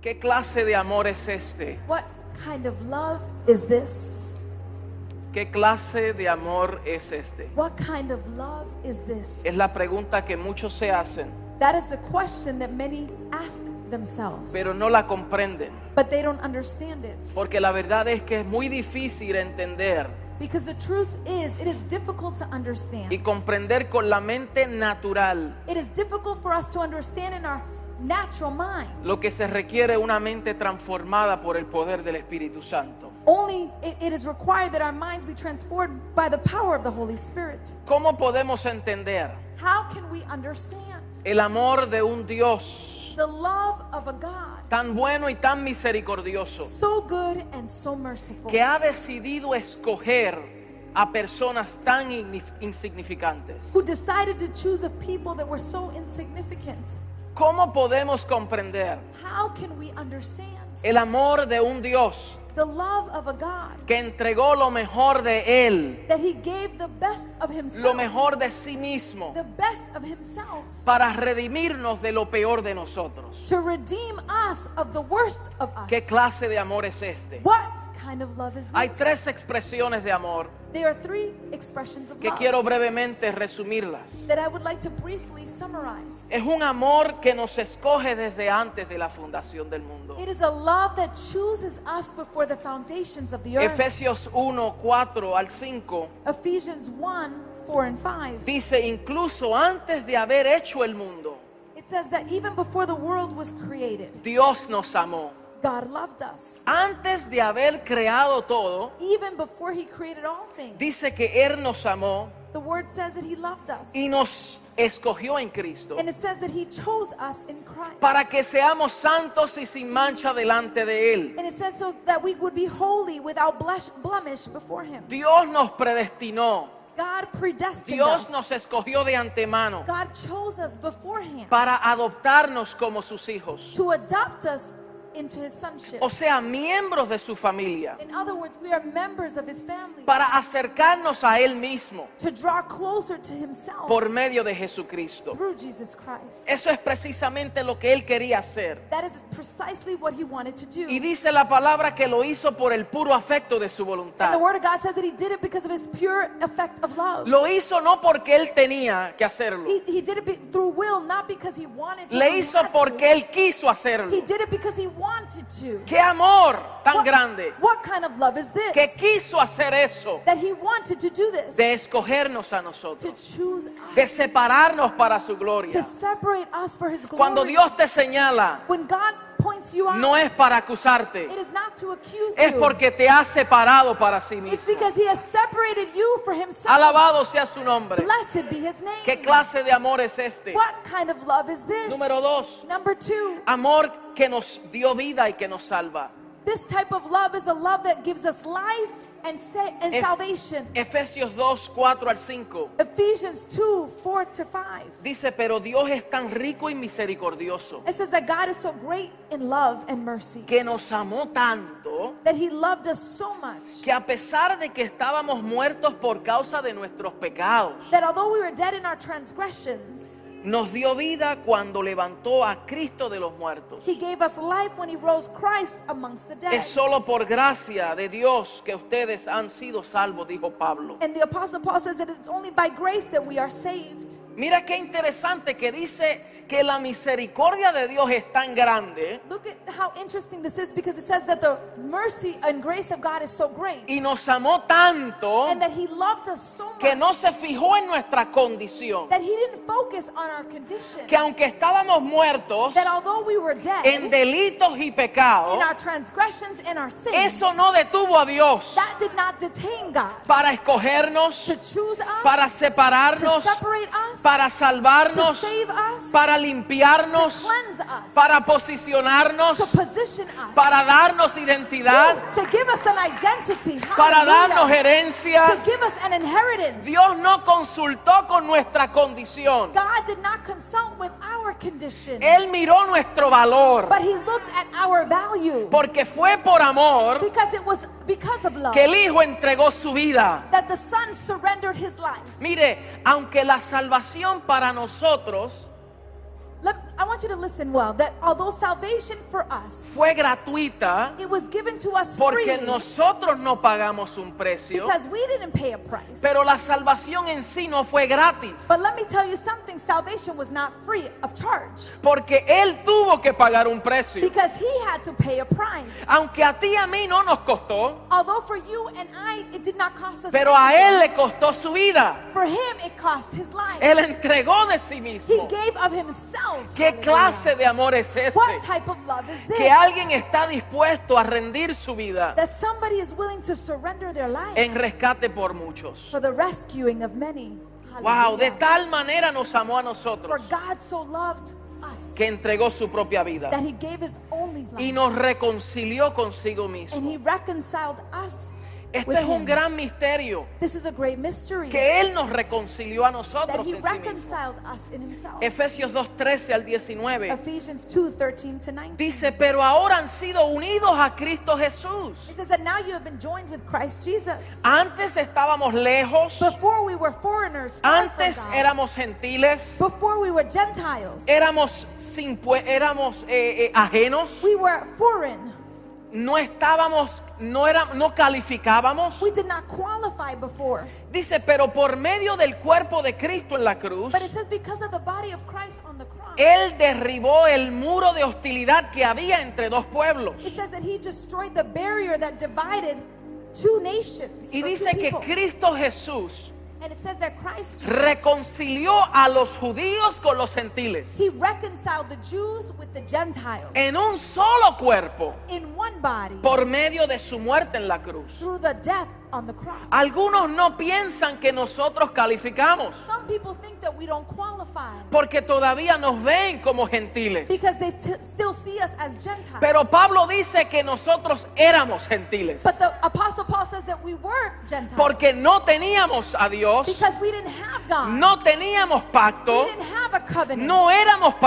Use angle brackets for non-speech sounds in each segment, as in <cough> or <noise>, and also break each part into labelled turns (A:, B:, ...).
A: ¿Qué clase de amor es este?
B: What kind of love is this?
A: ¿Qué clase de amor es este?
B: What kind of love is this?
A: Es la pregunta que muchos se hacen,
B: That is the question that many ask themselves,
A: pero no la comprenden.
B: but they don't understand it.
A: Porque la verdad es que es muy difícil entender
B: Because the truth is, it is difficult to understand.
A: y comprender con la mente natural
B: It is difficult for us to understand in our natural mind.
A: lo que se requiere una mente transformada por el poder del Espíritu Santo.
B: Only it- it is required that our minds be transformed by the power of the Holy Spirit.
A: ¿Cómo podemos entender
B: How can we understand
A: el amor de un Dios
B: the love of a God
A: tan bueno y tan misericordioso
B: so good and so merciful
A: que ha decidido escoger a personas tan ignif- insignificantes?
B: who decided to choose of people that were so insignificant?
A: ¿Cómo podemos comprender
B: How can we understand
A: el amor de un Dios
B: the love of a God
A: que entregó lo mejor de Él,
B: that He gave the best of
A: lo
B: Himself,
A: mejor de sí mismo,
B: the best of Himself,
A: para redimirnos de lo peor de nosotros?
B: to redeem us of the worst of us?
A: ¿Qué clase de amor es este?
B: What kind of love is
A: Hay
B: this?
A: tres expresiones de amor
B: There are three expressions of
A: que
B: love
A: quiero brevemente resumirlas.
B: that I would like to briefly summarize.
A: Es un amor que nos escoge desde antes de la fundación del mundo.
B: It is a love that chooses us before the foundations of the earth.
A: Efesios 1, 4 al 5
B: Ephesians 1 4 and 5.
A: dice, incluso antes de haber hecho el mundo,
B: It says that even before the world was created,
A: Dios nos amó.
B: God loved us.
A: Antes de haber creado todo,
B: Even before He created all things,
A: dice que Él nos amó
B: the word says that He loved us.
A: y nos escogió en Cristo
B: And it says that He chose us in Christ.
A: para que seamos santos y sin mancha delante de Él.
B: And it says so that we would be holy without blesh, blemish before Him.
A: Dios nos predestinó,
B: God predestined
A: Dios
B: us.
A: nos escogió de antemano
B: God chose us beforehand
A: para adoptarnos como sus hijos,
B: to adopt us into his sonship.
A: o sea, miembros de su familia,
B: In other words, we are members of his family
A: para acercarnos a Él mismo
B: to draw closer to himself
A: por medio de Jesucristo.
B: through Jesus Christ.
A: Eso es precisamente lo que Él quería hacer.
B: That is precisely what he wanted to do.
A: Y dice la palabra que lo hizo por el puro afecto de su
B: and
A: voluntad.
B: the word of God says that he did it because of his pure effect of love.
A: Lo hizo no porque Él tenía que hacerlo.
B: he, he did it be, through will, not because he wanted to. or
A: Le
B: he
A: hizo
B: had to.
A: porque Él quiso hacerlo.
B: He did it because he wanted to.
A: ¡Qué amor tan
B: what,
A: grande!
B: what kind of love is this?
A: Que quiso hacer eso.
B: that he wanted to do this.
A: De escogernos a
B: to
A: nosotros.
B: choose us.
A: De separarnos para su
B: to
A: gloria.
B: separate us for his glory.
A: Cuando Dios te señala,
B: When God points you out,
A: no es para acusarte.
B: it is not to accuse
A: Es
B: you.
A: porque te ha separado para sí
B: it's
A: mismo.
B: because He has separated you for Himself.
A: Alabado sea su nombre.
B: Blessed be His name.
A: ¿Qué clase de amor es este?
B: What kind of love is this?
A: Número dos.
B: Number two,
A: Amor que nos dio vida y que nos salva.
B: this type of love is a love that gives us life and sa and
A: Es-
B: salvation.
A: Efesios 2, 4 al 5.
B: Ephesians 2, 4 to 5.
A: Dice, pero Dios es tan rico y misericordioso
B: It says that God is so great in love and mercy.
A: que nos amó tanto
B: That He loved us so much.
A: que a pesar de que estábamos muertos por causa de nuestros pecados,
B: That although we were dead in our transgressions,
A: nos dio vida cuando levantó a Cristo de los muertos.
B: He gave us life when He rose Christ amongst the dead.
A: Es solo por gracia de Dios que ustedes han sido salvos, dijo Pablo.
B: And the Apostle Paul says that it's only by grace that we are saved.
A: Mira qué interesante que dice que la misericordia de Dios es tan grande
B: Look at how interesting this is because it says that the mercy and grace of God is so great
A: y nos amó tanto
B: and that He loved us so
A: que
B: much
A: no se fijó en nuestra condición.
B: that He didn't focus on our condition.
A: Que aunque estábamos muertos
B: That although we were dead
A: en
B: in
A: delitos y pecados,
B: our transgressions and our sins,
A: eso no detuvo a Dios
B: that did not detain God
A: para
B: to
A: escogernos,
B: choose us,
A: para
B: to
A: separarnos,
B: separate us,
A: para
B: to
A: salvarnos,
B: save us,
A: para
B: to
A: limpiarnos,
B: cleanse us,
A: para
B: to
A: posicionarnos,
B: position us,
A: para darnos identidad,
B: to give us an identity,
A: para darnos
B: hallelujah,
A: herencia.
B: to give us an inheritance.
A: Dios no consultó con nuestra condición.
B: God did not consult with our condition,
A: Él miró nuestro valor.
B: but he looked at our value
A: Porque fue por amor
B: because it was because of love
A: que el Hijo entregó su vida.
B: that the son surrendered his life.
A: Mire, aunque la salvación para nosotros
B: Let, I want you to listen well that although salvation for us,
A: fue gratuita
B: it was given to us
A: porque
B: freely
A: nosotros no pagamos un precio,
B: because we didn't pay a price.
A: pero la salvación en sí no fue gratis,
B: but let me tell you something salvation was not free of charge
A: porque Él tuvo que pagar un precio.
B: because he had to pay a price.
A: Aunque a ti y a mí no nos costó,
B: Although for you and I it did not cost us
A: pero a
B: anything,
A: Él le costó su vida.
B: for him it cost his life.
A: Él entregó de sí
B: he
A: mismo.
B: gave of himself.
A: ¿Qué clase de amor es
B: What
A: ese?
B: type of love is this?
A: Que alguien está dispuesto a rendir su vida
B: that somebody is willing to surrender their life
A: en rescate por muchos.
B: for the rescuing of many.
A: Wow, de
B: Hallelujah.
A: tal manera nos amó a
B: For
A: nosotros
B: God so loved us
A: que entregó su propia vida
B: that he gave his only life
A: y nos reconcilió consigo
B: and he
A: mismo.
B: reconciled us
A: Esto
B: with
A: es un
B: him.
A: gran misterio,
B: This is a great mystery
A: que Él nos reconcilió a
B: that
A: nosotros
B: he
A: en sí mismo.
B: reconciled us in himself.
A: Efesios 2.13 al 19
B: Ephesians 2 13 to 19.
A: dice, pero ahora han sido unidos a Cristo
B: It
A: Jesús.
B: says that now you have been joined with Christ Jesus.
A: Antes estábamos lejos,
B: Before we were foreigners, far from
A: antes
B: God.
A: éramos gentiles,
B: before we were Gentiles,
A: éramos, sin pue- éramos eh, eh, ajenos,
B: we were foreign.
A: no estábamos, no, era, no calificábamos.
B: We did not qualify before.
A: Dice, pero por medio del cuerpo de Cristo en la cruz,
B: But it says because of the body of Christ on the cross,
A: Él derribó el muro de hostilidad que había entre dos
B: it
A: pueblos.
B: says that he destroyed the barrier that divided two nations.
A: Y
B: or
A: dice
B: two
A: que
B: people.
A: Cristo Jesús
B: and it says that Christ Jesus,
A: reconcilió a los judíos con los gentiles
B: he reconciled the Jews with the Gentiles
A: en un solo cuerpo
B: in one body
A: por medio de su muerte en la cruz.
B: through the death on the cross.
A: Algunos no piensan que nosotros calificamos
B: Some people think that we don't qualify
A: porque todavía nos ven como gentiles.
B: because they t- still see us as Gentiles.
A: Pero Pablo dice que nosotros éramos gentiles
B: but the Apostle Paul says that we were Gentiles.
A: porque no teníamos a Dios,
B: Because we didn't have God.
A: no teníamos
B: we
A: pacto,
B: didn't have a covenant.
A: no éramos
B: we were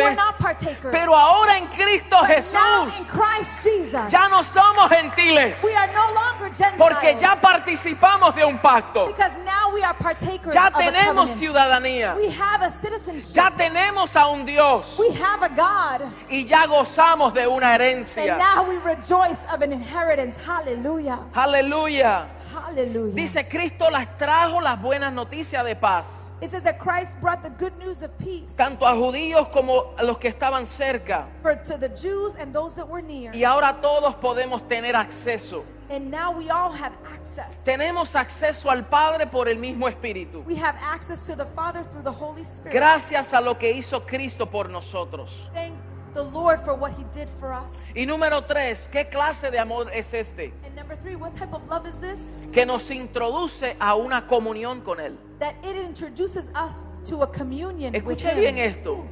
A: partícipes.
B: not partakers.
A: Pero ahora en Cristo
B: but now in
A: Jesús
B: Christ Jesus,
A: ya no somos gentiles.
B: we are no longer Gentiles.
A: Porque ya participamos de un pacto.
B: because now we are partakers
A: Ya
B: of a
A: tenemos
B: covenant.
A: ciudadanía.
B: We have a citizenship.
A: Ya tenemos a un Dios.
B: we have a God.
A: Y ya gozamos de una
B: And
A: herencia.
B: now we rejoice of an inheritance. Hallelujah.
A: Aleluya.
B: Hallelujah.
A: Dice Cristo las trajo las buenas noticias de paz.
B: it says that Christ brought the good news of peace
A: Tanto a judíos como a los que estaban cerca.
B: for to the Jews and those that were near.
A: Y ahora todos podemos tener acceso.
B: And now we all have access.
A: Tenemos acceso al Padre por el mismo Espíritu.
B: we have access to the Father through the Holy Spirit.
A: Gracias a lo que hizo Cristo por nosotros.
B: Thank the Lord for what He did for us.
A: Y número tres, ¿qué clase de amor es este?
B: And number three, what type of love is this?
A: que nos introduce a una comunión con Él.
B: That it introduces us to a communion with
A: Escuche
B: Him.
A: bien esto.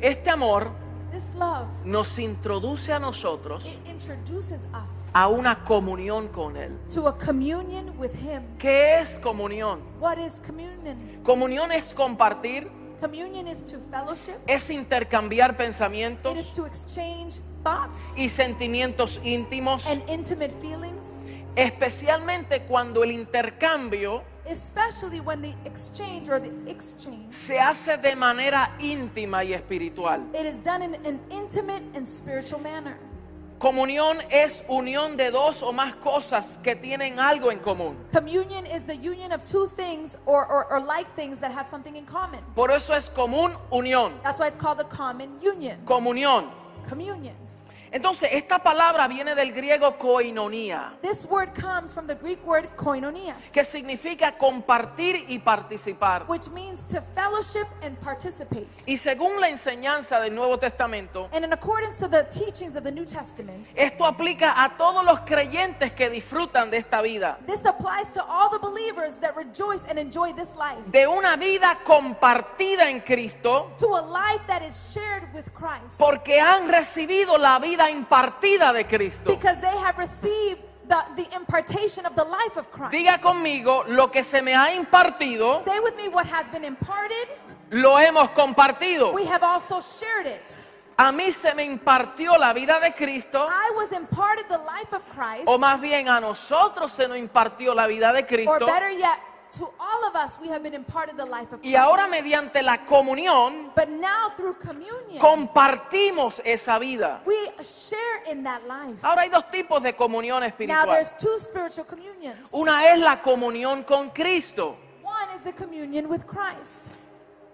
A: Este amor
B: This love,
A: nos introduce a nosotros
B: it introduces us
A: a una comunión con Él.
B: to a communion with Him.
A: ¿Qué es comunión?
B: What is communion?
A: Comunión es compartir,
B: Communion is to fellowship.
A: es intercambiar
B: It is
A: pensamientos
B: to exchange thoughts
A: y sentimientos íntimos,
B: and intimate feelings,
A: especialmente cuando el intercambio
B: especially when the exchange or the exchange
A: se hace de manera íntima y espiritual.
B: it is done in an intimate and spiritual manner.
A: Comunión es unión de dos o más cosas que tienen algo en común.
B: Communion is the union of two things or, or, or like things that have something in common.
A: Por eso es común unión,
B: That's why it's called a common union.
A: comunión.
B: Communion.
A: Entonces, esta palabra viene del griego koinonia,
B: This word comes from the Greek word koinonias,
A: que significa compartir y participar.
B: which means to fellowship and participate.
A: Y según la enseñanza del Nuevo Testamento,
B: And in accordance to the teachings of the New Testament,
A: esto aplica a todos los creyentes que disfrutan de esta vida,
B: this applies to all the believers that rejoice and enjoy this life,
A: de una vida compartida en Cristo,
B: to a life that is shared with Christ,
A: porque han recibido la vida impartida de Cristo.
B: because they have received the, the impartation of the life of Christ.
A: Diga conmigo, lo que se me ha impartido,
B: Say with me what has been imparted,
A: lo hemos compartido.
B: we have also shared it.
A: A mí se me impartió la vida de Cristo,
B: I was imparted the life of Christ,
A: Oh, o más bien a nosotros se nos impartió la vida de
B: or
A: Cristo,
B: better yet, to all of us, we have been imparted the life of
A: Y ahora
B: Christ.
A: mediante la comunión
B: But now through communion,
A: compartimos esa vida.
B: we share in that life.
A: Ahora hay dos tipos de comunión
B: Now
A: Ah, espiritual. Uh.
B: there's two spiritual communions.
A: Una es la comunión con Cristo.
B: One is the communion with Christ.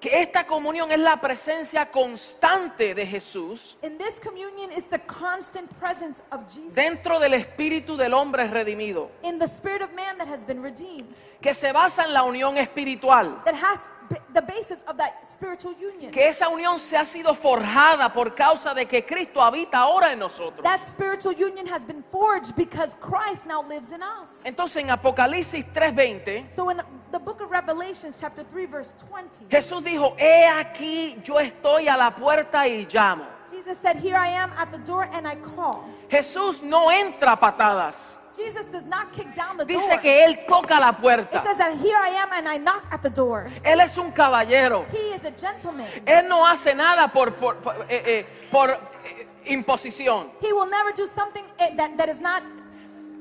A: Que esta comunión es la presencia constante de Jesús
B: In this communion is the constant presence of Jesus
A: dentro del espíritu del hombre redimido,
B: in the spirit of man that has been redeemed,
A: que se basa en la unión espiritual,
B: that has b- the basis of that spiritual union.
A: que esa unión se ha sido forjada por causa de que Cristo habita ahora en nosotros.
B: That spiritual union has been forged because Christ now lives in us.
A: Entonces en Apocalipsis 3:20,
B: So in the book of Revelations chapter 3 verse 20,
A: Jesús dijo, he aquí yo estoy a la puerta y llamo.
B: Jesus said, "Here I am at the door and I call."
A: Jesús no entra a patadas,
B: Jesus does not kick down the
A: dice
B: door.
A: que Él toca la
B: It
A: puerta.
B: says that here I am and I knock at the door.
A: Él es un caballero,
B: He is a gentleman.
A: Él no hace nada por, por- por- eh, eh, por, eh, imposición.
B: He will never do something eh, that, that is not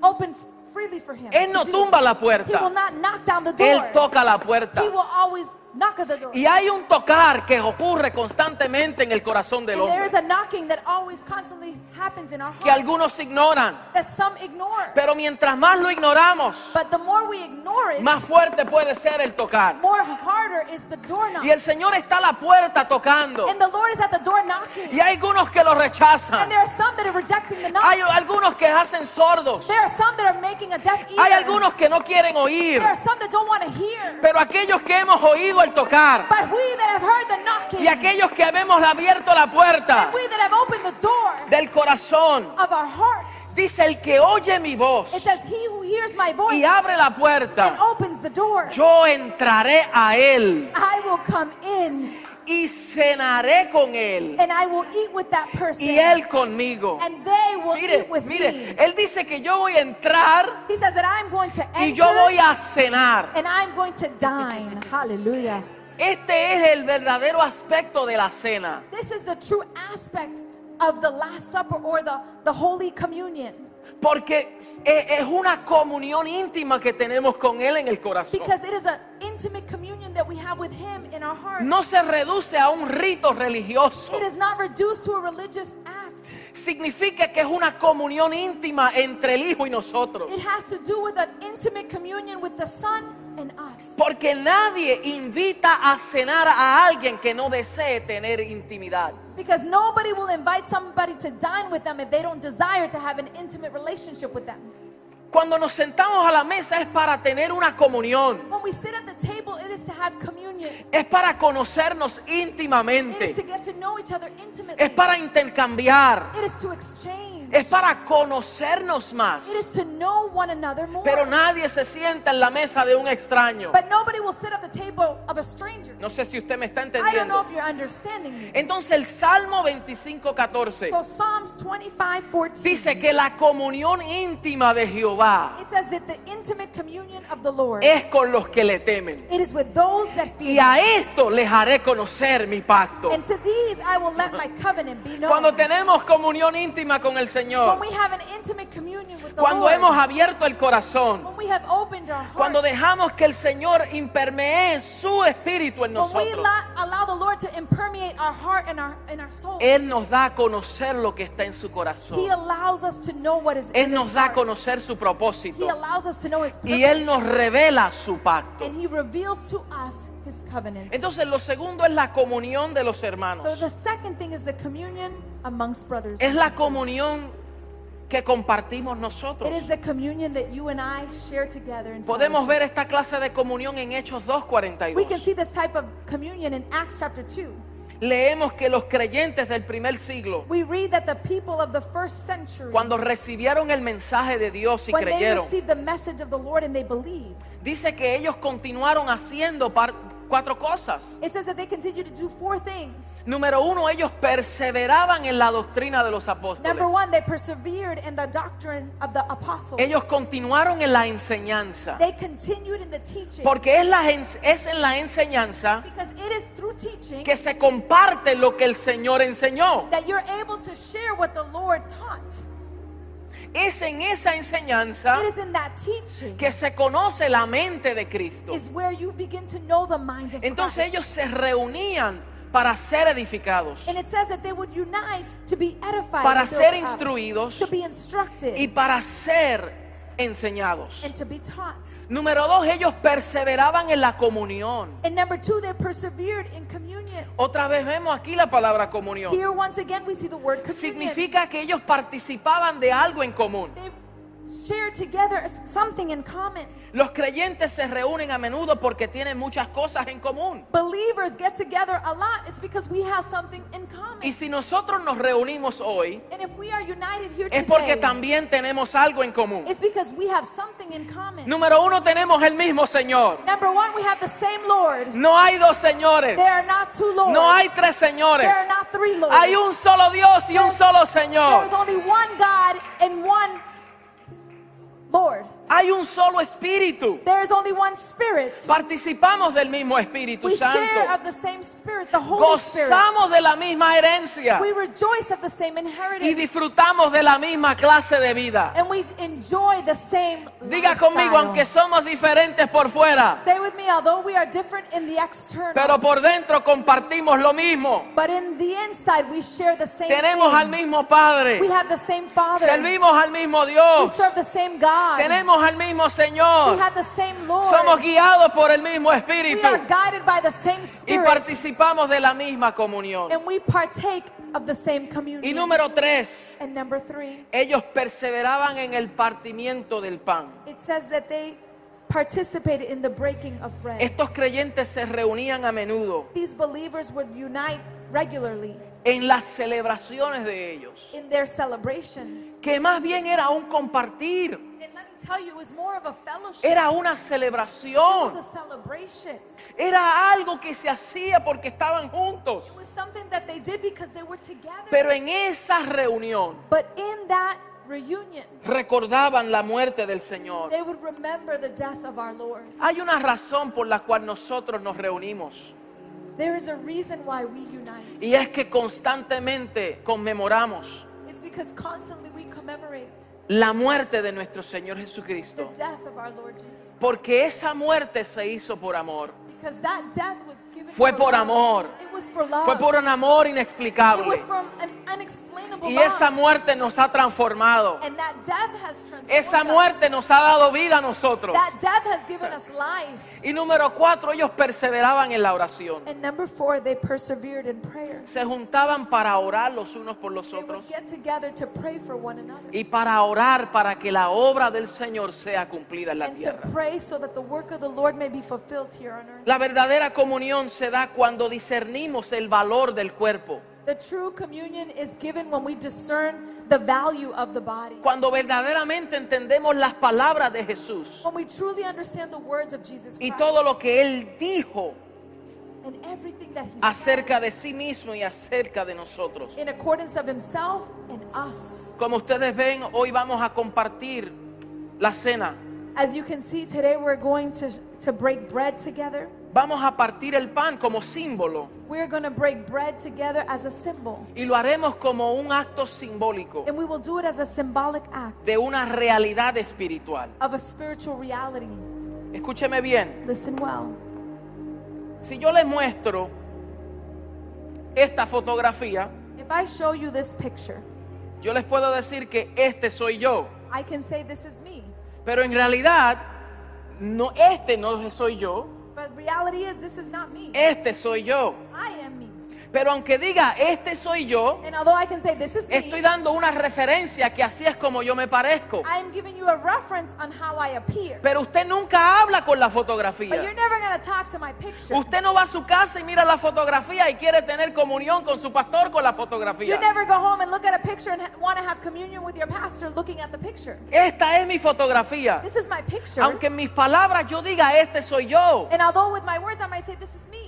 B: open freely for him.
A: Él
B: to
A: no
B: do.
A: tumba la
B: He will
A: puerta,
B: not knock down the door.
A: Él toca la puerta.
B: He will always knock at the door.
A: Y hay un tocar que ocurre constantemente en el corazón del
B: and there
A: hombre,
B: is a knocking that always constantly happens in our hearts
A: que algunos ignoran,
B: that some ignore.
A: pero mientras más lo ignoramos,
B: But the more we ignore it,
A: más fuerte puede ser el tocar.
B: more harder is the door knock.
A: Y el Señor está a la puerta tocando.
B: And the Lord is at the door knocking.
A: Y hay algunos que lo rechazan.
B: And there are some that are rejecting the knock.
A: Hay algunos que hacen sordos.
B: there are some that are making a deaf ear.
A: Hay algunos que no quieren oír.
B: there are some that don't want to hear.
A: Pero aquellos que hemos oído el tocar
B: But we that have heard the knocking,
A: y aquellos que hemos abierto la puerta
B: and we that have opened the door
A: del corazón,
B: of our hearts,
A: dice el que oye mi voz
B: it says, He who hears my voice
A: y abre la
B: and
A: puerta,
B: opens the door,
A: yo entraré a él
B: I will come in
A: y cenaré con él
B: and I will eat with that person.
A: y él conmigo.
B: and they will
A: Mire,
B: eat with
A: mire,
B: me.
A: él dice que yo voy a entrar
B: He says that I'm going to
A: y yo
B: enter
A: voy a cenar.
B: and I'm going to dine. Hallelujah.
A: Este es el verdadero aspecto de la cena.
B: This is the true aspect of the Last Supper or the, the Holy Communion.
A: Porque e- es una comunión íntima que tenemos con Él en el corazón.
B: Because it is an intimate communion that we have with Him in our heart.
A: No se reduce a un rito religioso.
B: It is not reduced to a religious act.
A: Significa que es una comunión íntima entre el Hijo y nosotros.
B: It has to do with an intimate communion with the Son and us.
A: Porque nadie invita a cenar a alguien que no desee tener intimidad.
B: Because nobody will invite somebody to dine with them if they don't desire to have an intimate relationship with them.
A: Cuando nos sentamos a la mesa es para tener una comunión.
B: When we sit at the table, it is to have communion.
A: Es para conocernos
B: It is to
A: íntimamente.
B: get to know each other intimately.
A: Es para intercambiar.
B: It is to exchange.
A: Es para conocernos más.
B: It is to know one another more.
A: Pero nadie se sienta en la mesa de un extraño.
B: But nobody will sit at the table of a stranger.
A: No sé si usted me está
B: I don't know
A: entendiendo.
B: if you're understanding me.
A: Entonces el Salmo 25, 14
B: So Psalms 25, 14.
A: dice que la comunión íntima de Jehová
B: It says that the intimate communion of the Lord.
A: es con los que le temen.
B: It is with those that
A: Y
B: fear.
A: a esto les haré conocer mi pacto.
B: And to these I will let my covenant be known.
A: Cuando tenemos comunión íntima con el
B: When
A: Señor,
B: we have an intimate communion with the
A: cuando
B: Lord.
A: hemos abierto el corazón,
B: When we have opened our heart.
A: cuando dejamos que el Señor impermee su espíritu en
B: when we
A: nosotros,
B: allow, allow the Lord to impermeate our heart and our and our soul,
A: Él nos da a conocer lo que está en su
B: He
A: corazón.
B: allows us to know what is in
A: Él
B: His
A: nos da a
B: heart.
A: conocer su
B: He
A: propósito
B: allows us to know His purpose,
A: y Él nos revela su pacto.
B: and He reveals to us His covenant.
A: Entonces lo segundo es la comunión de los
B: So the
A: hermanos.
B: second thing is the communion amongst brothers.
A: Es
B: and
A: la
B: sisters.
A: comunión que compartimos
B: It
A: nosotros.
B: is the communion that you and I share together. In
A: Podemos
B: fellowship.
A: ver esta clase de comunión en Hechos
B: We can
A: 2.42.
B: see this type of communion in Acts chapter 2.
A: Leemos que los creyentes del primer siglo,
B: We read that the people of the first century,
A: cuando recibieron el mensaje de Dios y
B: when they
A: creyeron,
B: received the message of the Lord and they believed,
A: dice que ellos continuaron haciendo par- cuatro cosas.
B: it says that they continued to do four things.
A: Número uno, ellos perseveraban en la doctrina de los apóstoles.
B: Number one, they persevered in the doctrine of the apostles.
A: Ellos continuaron en la enseñanza.
B: they continued in the teaching.
A: Porque es, la ens- es en la enseñanza
B: because it is through teaching
A: que se comparte lo que el Señor enseñó.
B: that you're able to share what the Lord taught.
A: Es en esa enseñanza
B: It is in that teaching
A: que se conoce la mente de Cristo.
B: is where you begin to know the mind of
A: Entonces
B: Christ.
A: ellos se reunían para ser edificados,
B: and it says that they would unite to be edified,
A: para
B: and built
A: ser
B: up,
A: instruidos
B: to be instructed,
A: y para ser enseñados.
B: and to be taught.
A: Número dos, ellos perseveraban en la comunión.
B: And number two, they persevered in communion.
A: Otra vez vemos aquí la palabra comunión.
B: Here, once again, we see the word communion.
A: Significa que ellos participaban de algo en común.
B: they shared together something in common.
A: Los creyentes se reúnen a menudo porque tienen muchas cosas en común.
B: Believers get together a lot. It's because we have something in common.
A: Y si nosotros nos reunimos hoy,
B: and if we are united here
A: es porque
B: today,
A: también tenemos algo en común.
B: it's because we have something in common.
A: Número uno, tenemos el mismo Señor.
B: Number one, we have the same Lord.
A: No hay dos señores.
B: There are not two lords.
A: No hay tres señores.
B: There are not three lords.
A: Hay un solo Dios y un solo
B: There
A: Señor.
B: is only one God and one Lord.
A: Hay un solo Espíritu.
B: There is only one Spirit.
A: Participamos del mismo Espíritu
B: We share
A: Santo.
B: of the same Spirit, the Holy Spirit.
A: Gozamos de la misma herencia
B: We rejoice of the same
A: y
B: inheritance.
A: disfrutamos de la misma clase de vida.
B: And we enjoy the same
A: Diga
B: lifestyle.
A: conmigo, aunque somos diferentes por fuera,
B: Say with me, although we are different in the external,
A: pero por dentro compartimos lo mismo.
B: but in the inside we share the same
A: Tenemos
B: thing.
A: al mismo Padre.
B: We have the same Father.
A: Servimos al mismo
B: we
A: Dios.
B: serve the same God.
A: Tenemos al mismo
B: we
A: Señor.
B: have the same Lord.
A: Somos guiados por el mismo
B: we
A: Espíritu
B: are guided by the same
A: y
B: Spirit.
A: participamos de la misma comunión.
B: and we partake of the same communion.
A: Y número tres,
B: and number three,
A: ellos perseveraban en el partimiento del pan.
B: it says that they participated in the breaking of bread.
A: Estos creyentes se reunían a menudo
B: These believers would unite regularly
A: en las celebraciones de ellos,
B: in their celebrations.
A: que más bien era un compartir,
B: And let me tell you, it was more of a fellowship.
A: era una
B: it was
A: celebración,
B: a celebration.
A: era algo que se hacía porque estaban juntos.
B: It was something that they did because they were together.
A: Pero en esa reunión
B: but in that reunion,
A: recordaban la muerte del Señor.
B: they would remember the death of our Lord.
A: Hay una razón por la cual nosotros nos reunimos
B: There is a reason why we unite.
A: y es que constantemente conmemoramos
B: It's because constantly we commemorate
A: la muerte de nuestro Señor
B: the
A: Jesucristo.
B: death of our Lord Jesus.
A: Porque esa muerte se hizo por amor.
B: Because that death was given
A: Fue
B: for
A: por
B: love.
A: amor.
B: It was for love.
A: Fue por un amor
B: it
A: inexplicable.
B: was from an unexplainable
A: Y
B: love.
A: esa muerte nos ha transformado.
B: And that death has transformed
A: Esa muerte
B: us.
A: nos ha dado vida a nosotros.
B: That death has given us life.
A: Y número cuatro, ellos perseveraban en la oración.
B: And number four, they persevered in prayer.
A: Se juntaban para orar los unos por los
B: They would
A: otros
B: get together to pray for one another
A: y para orar para que la obra del Señor sea cumplida en la
B: and to
A: tierra.
B: pray so that the work of the Lord may be fulfilled here on earth.
A: La verdadera comunión se da cuando discernimos el valor del cuerpo,
B: The true communion is given when we discern the value of the body.
A: cuando verdaderamente entendemos las palabras de Jesús
B: When we truly understand the words of Jesus
A: y
B: Christ
A: todo lo que Él dijo
B: and everything that he said
A: acerca de sí mismo y acerca de nosotros.
B: in accordance of himself and us.
A: Como ustedes ven, hoy vamos a compartir la cena.
B: As you can see today we're going to to break bread together.
A: Vamos a partir el pan como símbolo
B: We're going to break bread together as a symbol.
A: y lo haremos como un acto simbólico
B: And we will do it as a symbolic act
A: de una realidad espiritual.
B: of a spiritual reality.
A: Escúcheme bien,
B: Listen well.
A: si yo les muestro esta fotografía,
B: If I show you this picture,
A: Yo les puedo decir que este soy yo,
B: I can say this is me.
A: pero en realidad no este no soy yo,
B: But reality is this is not me.
A: este soy yo.
B: I am me.
A: Pero aunque diga este soy yo,
B: And although I can say this is
A: estoy
B: me,
A: dando una referencia que así es como yo me parezco.
B: I am giving you a reference on how I appear.
A: Pero usted nunca habla con la
B: But you're
A: fotografía.
B: never going to talk to my picture.
A: Usted no va a su casa y mira la fotografía y quiere tener comunión con su pastor con la
B: You
A: fotografía.
B: never go home and look at a picture and want to have communion with your pastor looking at the picture.
A: Esta es mi fotografía.
B: This is my picture.
A: Aunque en mis palabras yo diga este soy yo.
B: and although with my words I might say this is me,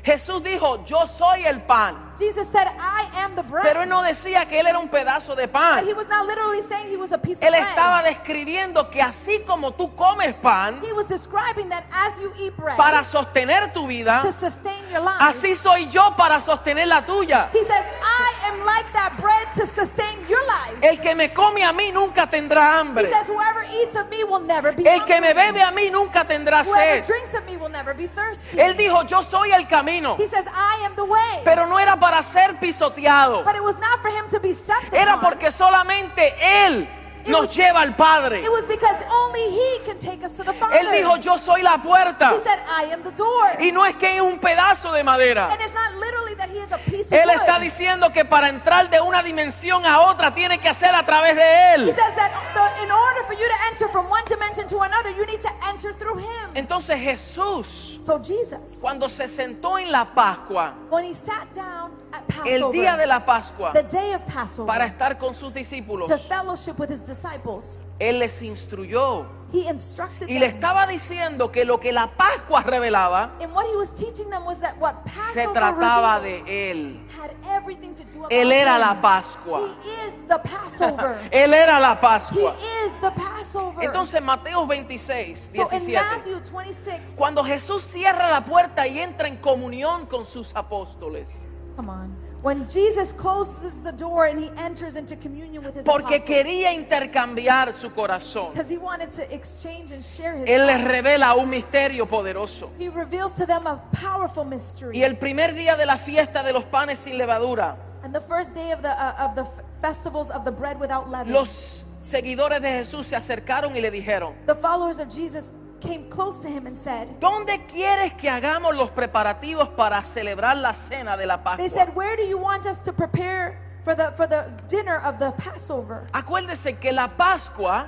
A: Jesús dijo, yo soy el pan.
B: Jesus said, I am the bread.
A: Pero él no decía que él era un pedazo de
B: but
A: pan.
B: he was not literally saying he was a piece
A: Él
B: of
A: estaba
B: bread.
A: describiendo que así como tú comes pan
B: He was describing that as you eat bread
A: para sostener tu vida,
B: to sustain your life.
A: así soy yo para sostener la tuya.
B: He says, I am like that bread to sustain your life.
A: El que me come a mí nunca tendrá
B: He
A: hambre.
B: says, Whoever eats of me will never be
A: El que me
B: hungry.
A: bebe a mí nunca tendrá
B: Whoever
A: sed.
B: drinks of me will never be thirsty.
A: Él dijo, yo soy el camino.
B: He says, I am the way.
A: Pero no era para ser pisoteado.
B: but it was not for him to be stepped
A: Era
B: upon.
A: porque solamente Él
B: It
A: nos
B: was-
A: lleva al Padre.
B: it was because only he can take us to the Father.
A: Él dijo, yo soy la puerta.
B: he said, I am the door.
A: Y no es que es un pedazo de madera.
B: and it's not literally that he is a piece
A: Él
B: of
A: está
B: wood.
A: diciendo que para entrar de una dimensión a otra tiene que hacer a través de
B: He
A: Él.
B: says that the- in order for you to enter from one dimension to another, you need to enter through him.
A: Entonces Jesús,
B: So Jesus,
A: cuando se sentó en la Pascua,
B: when he sat down at
A: el
B: Passover,
A: día de la Pascua,
B: the day of Passover,
A: para estar con sus
B: to
A: discípulos,
B: fellowship with his disciples,
A: Él les instruyó
B: he instructed
A: y le
B: them.
A: estaba diciendo que lo que la Pascua revelaba
B: and what he was teaching them was that what
A: se
B: Passover
A: trataba
B: revealed
A: de Él.
B: had everything to do about
A: Él era
B: him.
A: la Pascua.
B: He is the
A: <laughs>
B: Passover.
A: Él era la
B: he
A: Pascua.
B: is the Passover.
A: Entonces Mateo 26,
B: so in
A: 17.
B: Matthew 26,
A: Cuando Jesús cierra la puerta y entra en comunión con sus apóstoles.
B: come on. When Jesus closes the door and he enters into communion with his
A: Porque
B: apostles,
A: quería intercambiar su corazón.
B: Because he wanted to exchange and share his
A: Él les
B: thoughts.
A: revela un misterio poderoso.
B: He reveals to them a powerful mystery.
A: Y el primer día de la fiesta de los panes sin levadura,
B: and the first day of the uh, of the f- festivals of the bread without leaven,
A: los seguidores de Jesús se acercaron y le dijeron,
B: the followers of Jesus came close to him and said,
A: ¿dónde quieres que hagamos los preparativos para celebrar la cena de la Pascua?
B: They said, "Where do you want us to prepare for the for the dinner of the Passover?"
A: Acuérdese que la Pascua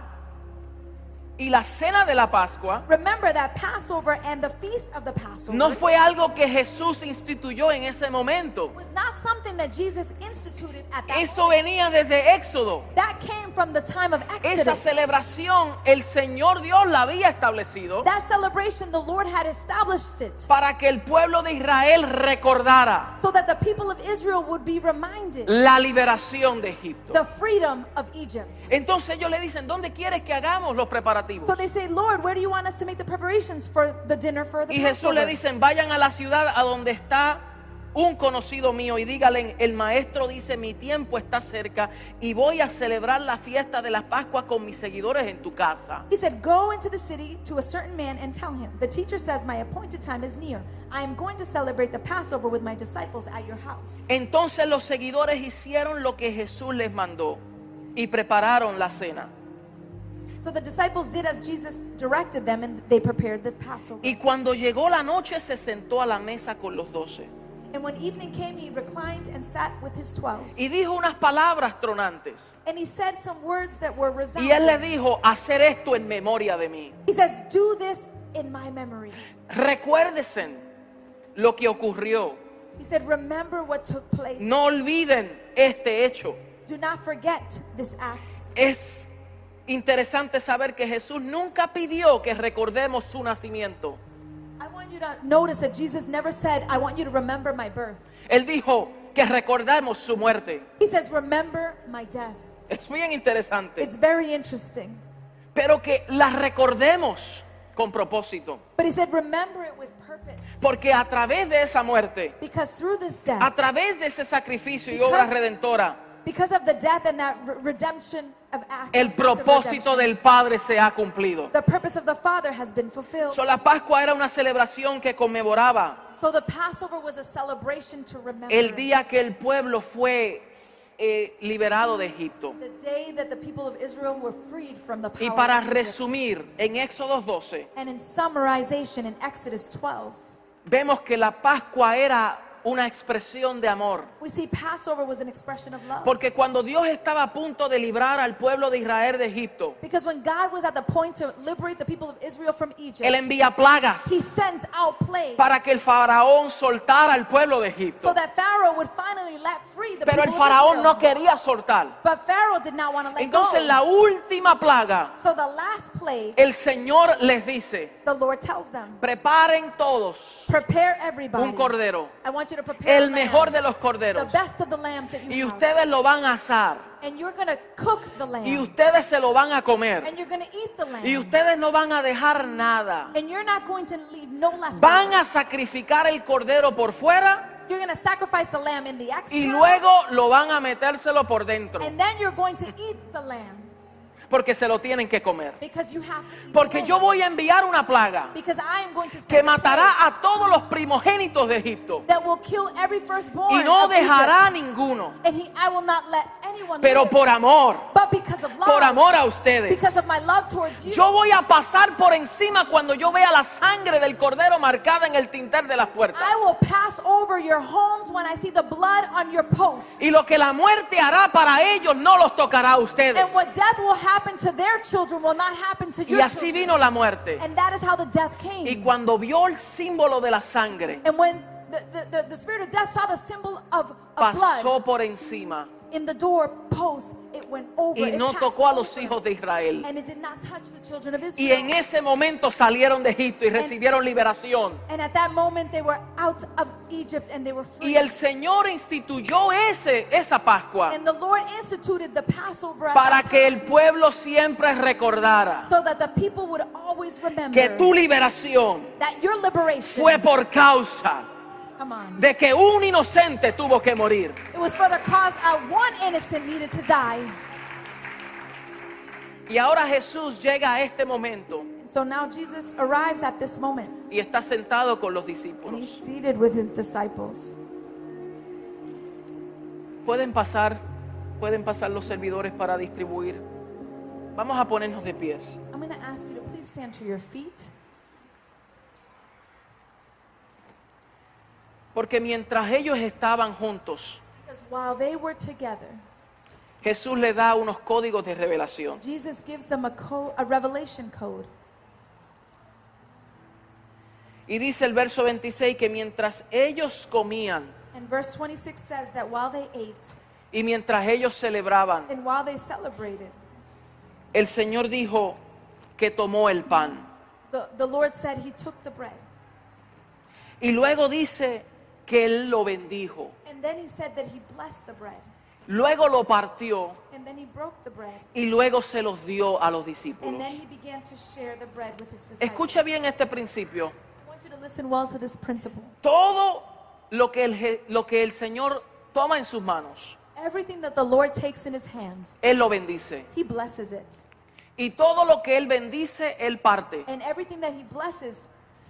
A: y la cena de la Pascua
B: Remember that Passover and the feast of the Passover
A: no fue algo que Jesús instituyó en ese momento.
B: was not something that Jesus instituted at that.
A: Eso venía desde Éxodo.
B: moment. that came from the time of
A: Esa
B: Exodus.
A: celebración el Señor Dios la había establecido
B: that celebration, the Lord had established it.
A: para que el pueblo de Israel recordara
B: so that the people of Israel would be reminded
A: la liberación de Egipto.
B: the freedom of Egypt.
A: Entonces ellos le dicen, ¿dónde quieres que hagamos los preparativos?
B: So they say, Lord, where do you want us to make the preparations for the dinner for the
A: Y Jesús le
B: Passover?
A: dicen, vayan a la ciudad a donde está un conocido mío y dígale, el maestro dice, mi tiempo está cerca y voy a celebrar la fiesta de las Pascuas con mis seguidores en tu casa.
B: He said, Go into the city to a certain man and tell him, The teacher says, My appointed time is near. I am going to celebrate the Passover with my disciples at your house.
A: Entonces los seguidores hicieron lo que Jesús les mandó y prepararon la cena.
B: So the disciples did as Jesus directed them and they prepared the Passover.
A: Y cuando llegó la noche se sentó a la mesa con los doce
B: And when evening came, he reclined and sat with his twelve.
A: y dijo unas palabras tronantes.
B: And he said some words that were
A: Y él le
B: resounding.
A: dijo, hacer esto en memoria de mí.
B: He says, Do this in my memory.
A: Recuérdesen lo que ocurrió.
B: He said, Remember what took place.
A: No olviden este hecho.
B: Do not forget this act.
A: Es interesante saber que Jesús nunca pidió que recordemos su nacimiento.
B: I want you to notice that Jesus never said, I want you to remember my birth.
A: Él dijo que recordemos su muerte.
B: He says, Remember my death.
A: Es bien interesante.
B: It's very interesting.
A: Pero que la recordemos con propósito.
B: But he said, Remember it with purpose.
A: Porque a través de esa muerte,
B: Because through this
A: a
B: death,
A: través de ese sacrificio y obra redentora,
B: because of the death and that re- redemption of act,
A: el
B: act of
A: propósito
B: redemption,
A: del Padre se ha cumplido.
B: the purpose of the Father has been fulfilled.
A: So, la Pascua era una celebración que conmemoraba
B: So the Passover was a celebration to remember
A: el día que el pueblo fue eh, liberado de Egipto.
B: the day that the people of Israel were freed from the power
A: Y para
B: of Egypt.
A: resumir, en Éxodo 12,
B: And in summarization in Exodus 12,
A: vemos que la Pascua era una expresión de amor.
B: we see Passover was an expression of love.
A: Porque cuando Dios estaba a punto de librar al pueblo de Israel de Egipto,
B: Because when God was at the point to liberate the people of Israel from
A: Él
B: Egypt,
A: envía plagas
B: he sends out plagues
A: para que el faraón soltara al pueblo de
B: so
A: Egipto.
B: that Pharaoh would finally let free the
A: Pero el
B: people of
A: faraón
B: Israel.
A: no quería soltar.
B: but Pharaoh did not want to let
A: Entonces
B: go.
A: la última plaga,
B: so the last plague,
A: el Señor les dice,
B: the Lord tells them,
A: preparen todos
B: prepare everybody.
A: un cordero,
B: I want you to prepare a
A: el
B: lamb,
A: mejor de los
B: the
A: corderos.
B: best of the lambs that you
A: Y
B: have.
A: ustedes lo van a asar.
B: and you're going to cook the lamb.
A: Y ustedes se lo van a comer.
B: and you're going to eat the lamb.
A: Y ustedes no van a dejar nada.
B: and you're not going to leave no left.
A: Van a sacrificar el cordero por fuera
B: You're going to sacrifice the lamb in the
A: y
B: external,
A: luego lo van a metérselo por dentro
B: and then you're going to eat the lamb
A: porque se lo tienen que comer.
B: because you have to eat the
A: Porque yo
B: lamb.
A: voy a enviar una plaga
B: Because I am going to send
A: que
B: a plague
A: matará a todos los primogénitos de Egipto
B: that will kill every firstborn
A: y no
B: of Egypt.
A: dejará a ninguno,
B: And he, I will not let anyone
A: pero
B: live.
A: por amor,
B: but because of love,
A: por amor a ustedes.
B: because of my love towards you,
A: Yo voy a pasar por encima cuando yo vea la sangre del cordero marcada en el tintel de las puertas.
B: I will pass over your homes when I see the blood on your posts.
A: Y lo que la muerte hará para ellos no los tocará a ustedes.
B: And what death will happen to their children will not happen to
A: Y
B: your
A: así
B: children.
A: vino la muerte.
B: And that is how the death came.
A: Y cuando vio el símbolo de la sangre,
B: and when the, the, the, the spirit of death saw the symbol of, of blood
A: pasó por encima
B: in the doorpost, it went over.
A: y
B: it
A: no
B: passed
A: tocó a los
B: over.
A: hijos de Israel.
B: And it did not touch the children of
A: Y
B: Israel.
A: en ese momento salieron de Egipto y recibieron liberación.
B: And at that moment, they were out of Egypt and they were free.
A: Y el Señor instituyó ese, esa Pascua
B: and the Lord instituted the Passover at
A: para
B: that
A: que
B: time
A: el pueblo siempre recordara
B: so that the people would always remember
A: que tu liberación
B: that your liberation
A: fue por causa
B: come on.
A: de que un inocente tuvo que morir.
B: It was for the cause of one innocent needed to die.
A: Y ahora Jesús llega a este momento
B: So now Jesus arrives at this moment
A: y está sentado con los
B: and he's
A: discípulos.
B: seated with his disciples.
A: Pueden pasar, pueden pasar los servidores para distribuir. Vamos a ponernos de pies.
B: I'm going to ask you to please stand to your feet
A: Porque mientras ellos estaban juntos,
B: because while they were together,
A: Jesús le da unos códigos de revelación.
B: Jesus gives them a, co- a revelation code.
A: Y dice el verso 26 que mientras ellos comían
B: And verse 26 says that while they ate,
A: y mientras ellos celebraban,
B: And while they celebrated,
A: el Señor dijo que tomó el pan.
B: the, the Lord said he took the bread.
A: Y luego dice que Él lo bendijo.
B: And then he said that he blessed the bread.
A: Luego lo partió
B: And then he broke the bread.
A: y luego se los dio a los
B: And
A: discípulos.
B: then he began to share the bread with his disciples.
A: Escucha bien este principio.
B: I want you to listen well to this principle.
A: Todo lo que el, je- lo que el Señor toma en sus manos,
B: Everything that the Lord takes in his hand,
A: Él lo bendice.
B: he blesses it.
A: Y todo lo que Él bendice, Él parte.
B: And everything that he blesses,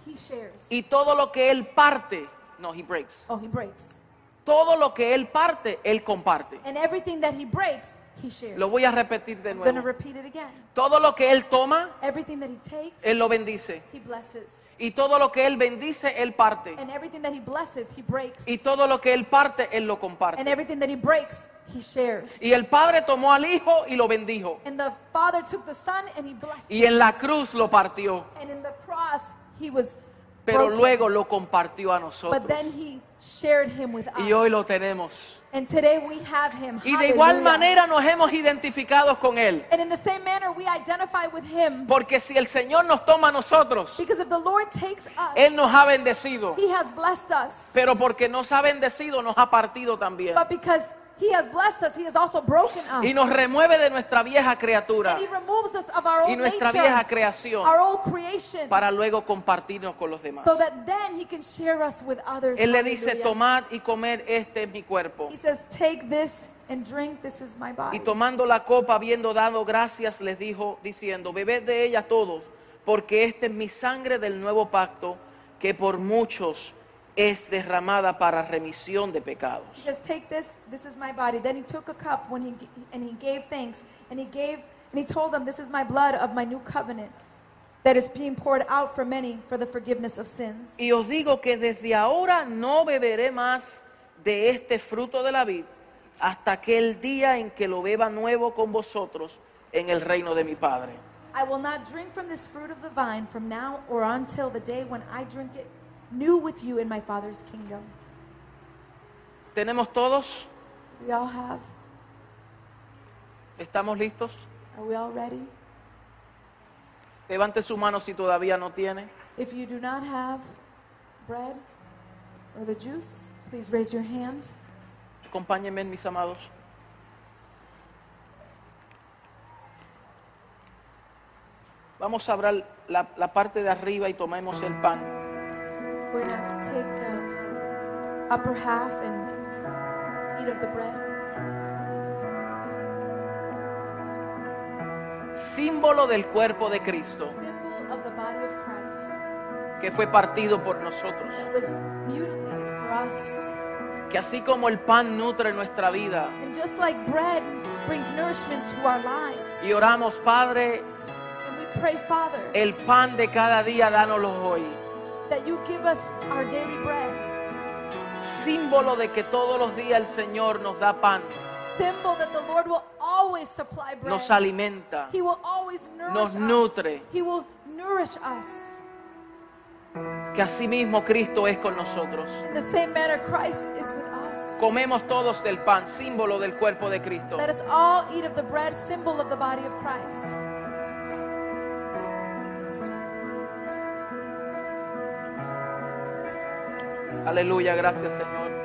B: he shares.
A: Y todo lo que Él parte, no, He breaks.
B: Oh, he breaks.
A: Todo lo que Él parte, Él comparte.
B: And everything that he breaks, he shares.
A: Lo voy a repetir de
B: I'm going to
A: nuevo.
B: repeat it again.
A: Todo lo que Él toma,
B: Everything that he takes,
A: Él lo bendice.
B: he blesses.
A: Y todo lo que Él bendice, Él parte.
B: And everything that he blesses, he breaks.
A: Y todo lo que Él parte, Él lo
B: And
A: comparte.
B: everything that he breaks, he shares.
A: Y el Padre tomó al Hijo y lo bendijo.
B: And the Father took the Son and he blessed
A: Y
B: him.
A: en la cruz lo partió.
B: And in the cross, he was
A: Pero
B: broken.
A: luego lo compartió a
B: But
A: nosotros.
B: then he shared him with us.
A: Y hoy lo tenemos.
B: And today we have him.
A: Y de igual
B: Hallelujah.
A: manera nos hemos identificado con Él.
B: And in the same manner, we identify with him.
A: Porque si el Señor nos toma a nosotros,
B: Because if the Lord takes us,
A: Él nos ha bendecido.
B: he has blessed us.
A: Pero porque nos ha bendecido, nos ha partido también.
B: But because he has blessed us, he has also broken us.
A: Y nos remueve de nuestra vieja criatura
B: and he removes us of our
A: y
B: old
A: nuestra
B: nature,
A: vieja creación
B: our old creation,
A: para luego compartirnos con los demás.
B: so that then he can share us with others.
A: Él le dice,
B: Hallelujah.
A: tomad y comed, este es mi cuerpo.
B: He says, Take this and drink, this is my body.
A: Y tomando la copa, habiendo dado gracias, les dijo, diciendo, bebed de ella todos, porque esta es mi sangre del nuevo pacto, que por muchos es derramada para remisión de
B: He
A: pecados.
B: says, "Take this. This is my body." Then he took a cup when he and he gave thanks, and he gave and he told them, "This is my blood of my new covenant, that is being poured out for many for the forgiveness of sins."
A: Y os digo que desde ahora no beberé más de este fruto de la vid hasta aquel día en que lo beba nuevo con vosotros en el reino de mi Padre.
B: I will not drink from this fruit of the vine from now or until the day when I drink it new with you in my Father's kingdom.
A: ¿Tenemos todos?
B: We all have.
A: ¿Estamos listos?
B: Are we all ready?
A: Levante su mano si todavía no tiene.
B: If you do not have bread or the juice, please raise your hand.
A: Acompáñenme, mis amados. Vamos a abrir la, la parte de arriba y tomemos el pan.
B: We're gonna take the upper half and eat of the bread.
A: símbolo del cuerpo de Cristo
B: Symbol of the body of Christ
A: que fue partido por nosotros.
B: was mutilated for us.
A: Que así como el pan nutre nuestra vida
B: And just like bread brings nourishment to our lives,
A: y oramos, Padre,
B: and we pray, Father,
A: el pan de cada día dánoslo hoy.
B: that you give us our daily bread,
A: Símbolo de que todos los días el Señor nos da pan,
B: symbol that the Lord will always supply bread.
A: nos alimenta.
B: He will always nourish
A: Nos
B: us.
A: nutre.
B: He will nourish us.
A: Que así mismo Cristo es con nosotros.
B: In the same manner, Christ is with us.
A: Comemos todos del pan, símbolo del cuerpo de Cristo.
B: Let us all eat of the bread, symbol of the body of Christ.
A: Aleluya, gracias Señor.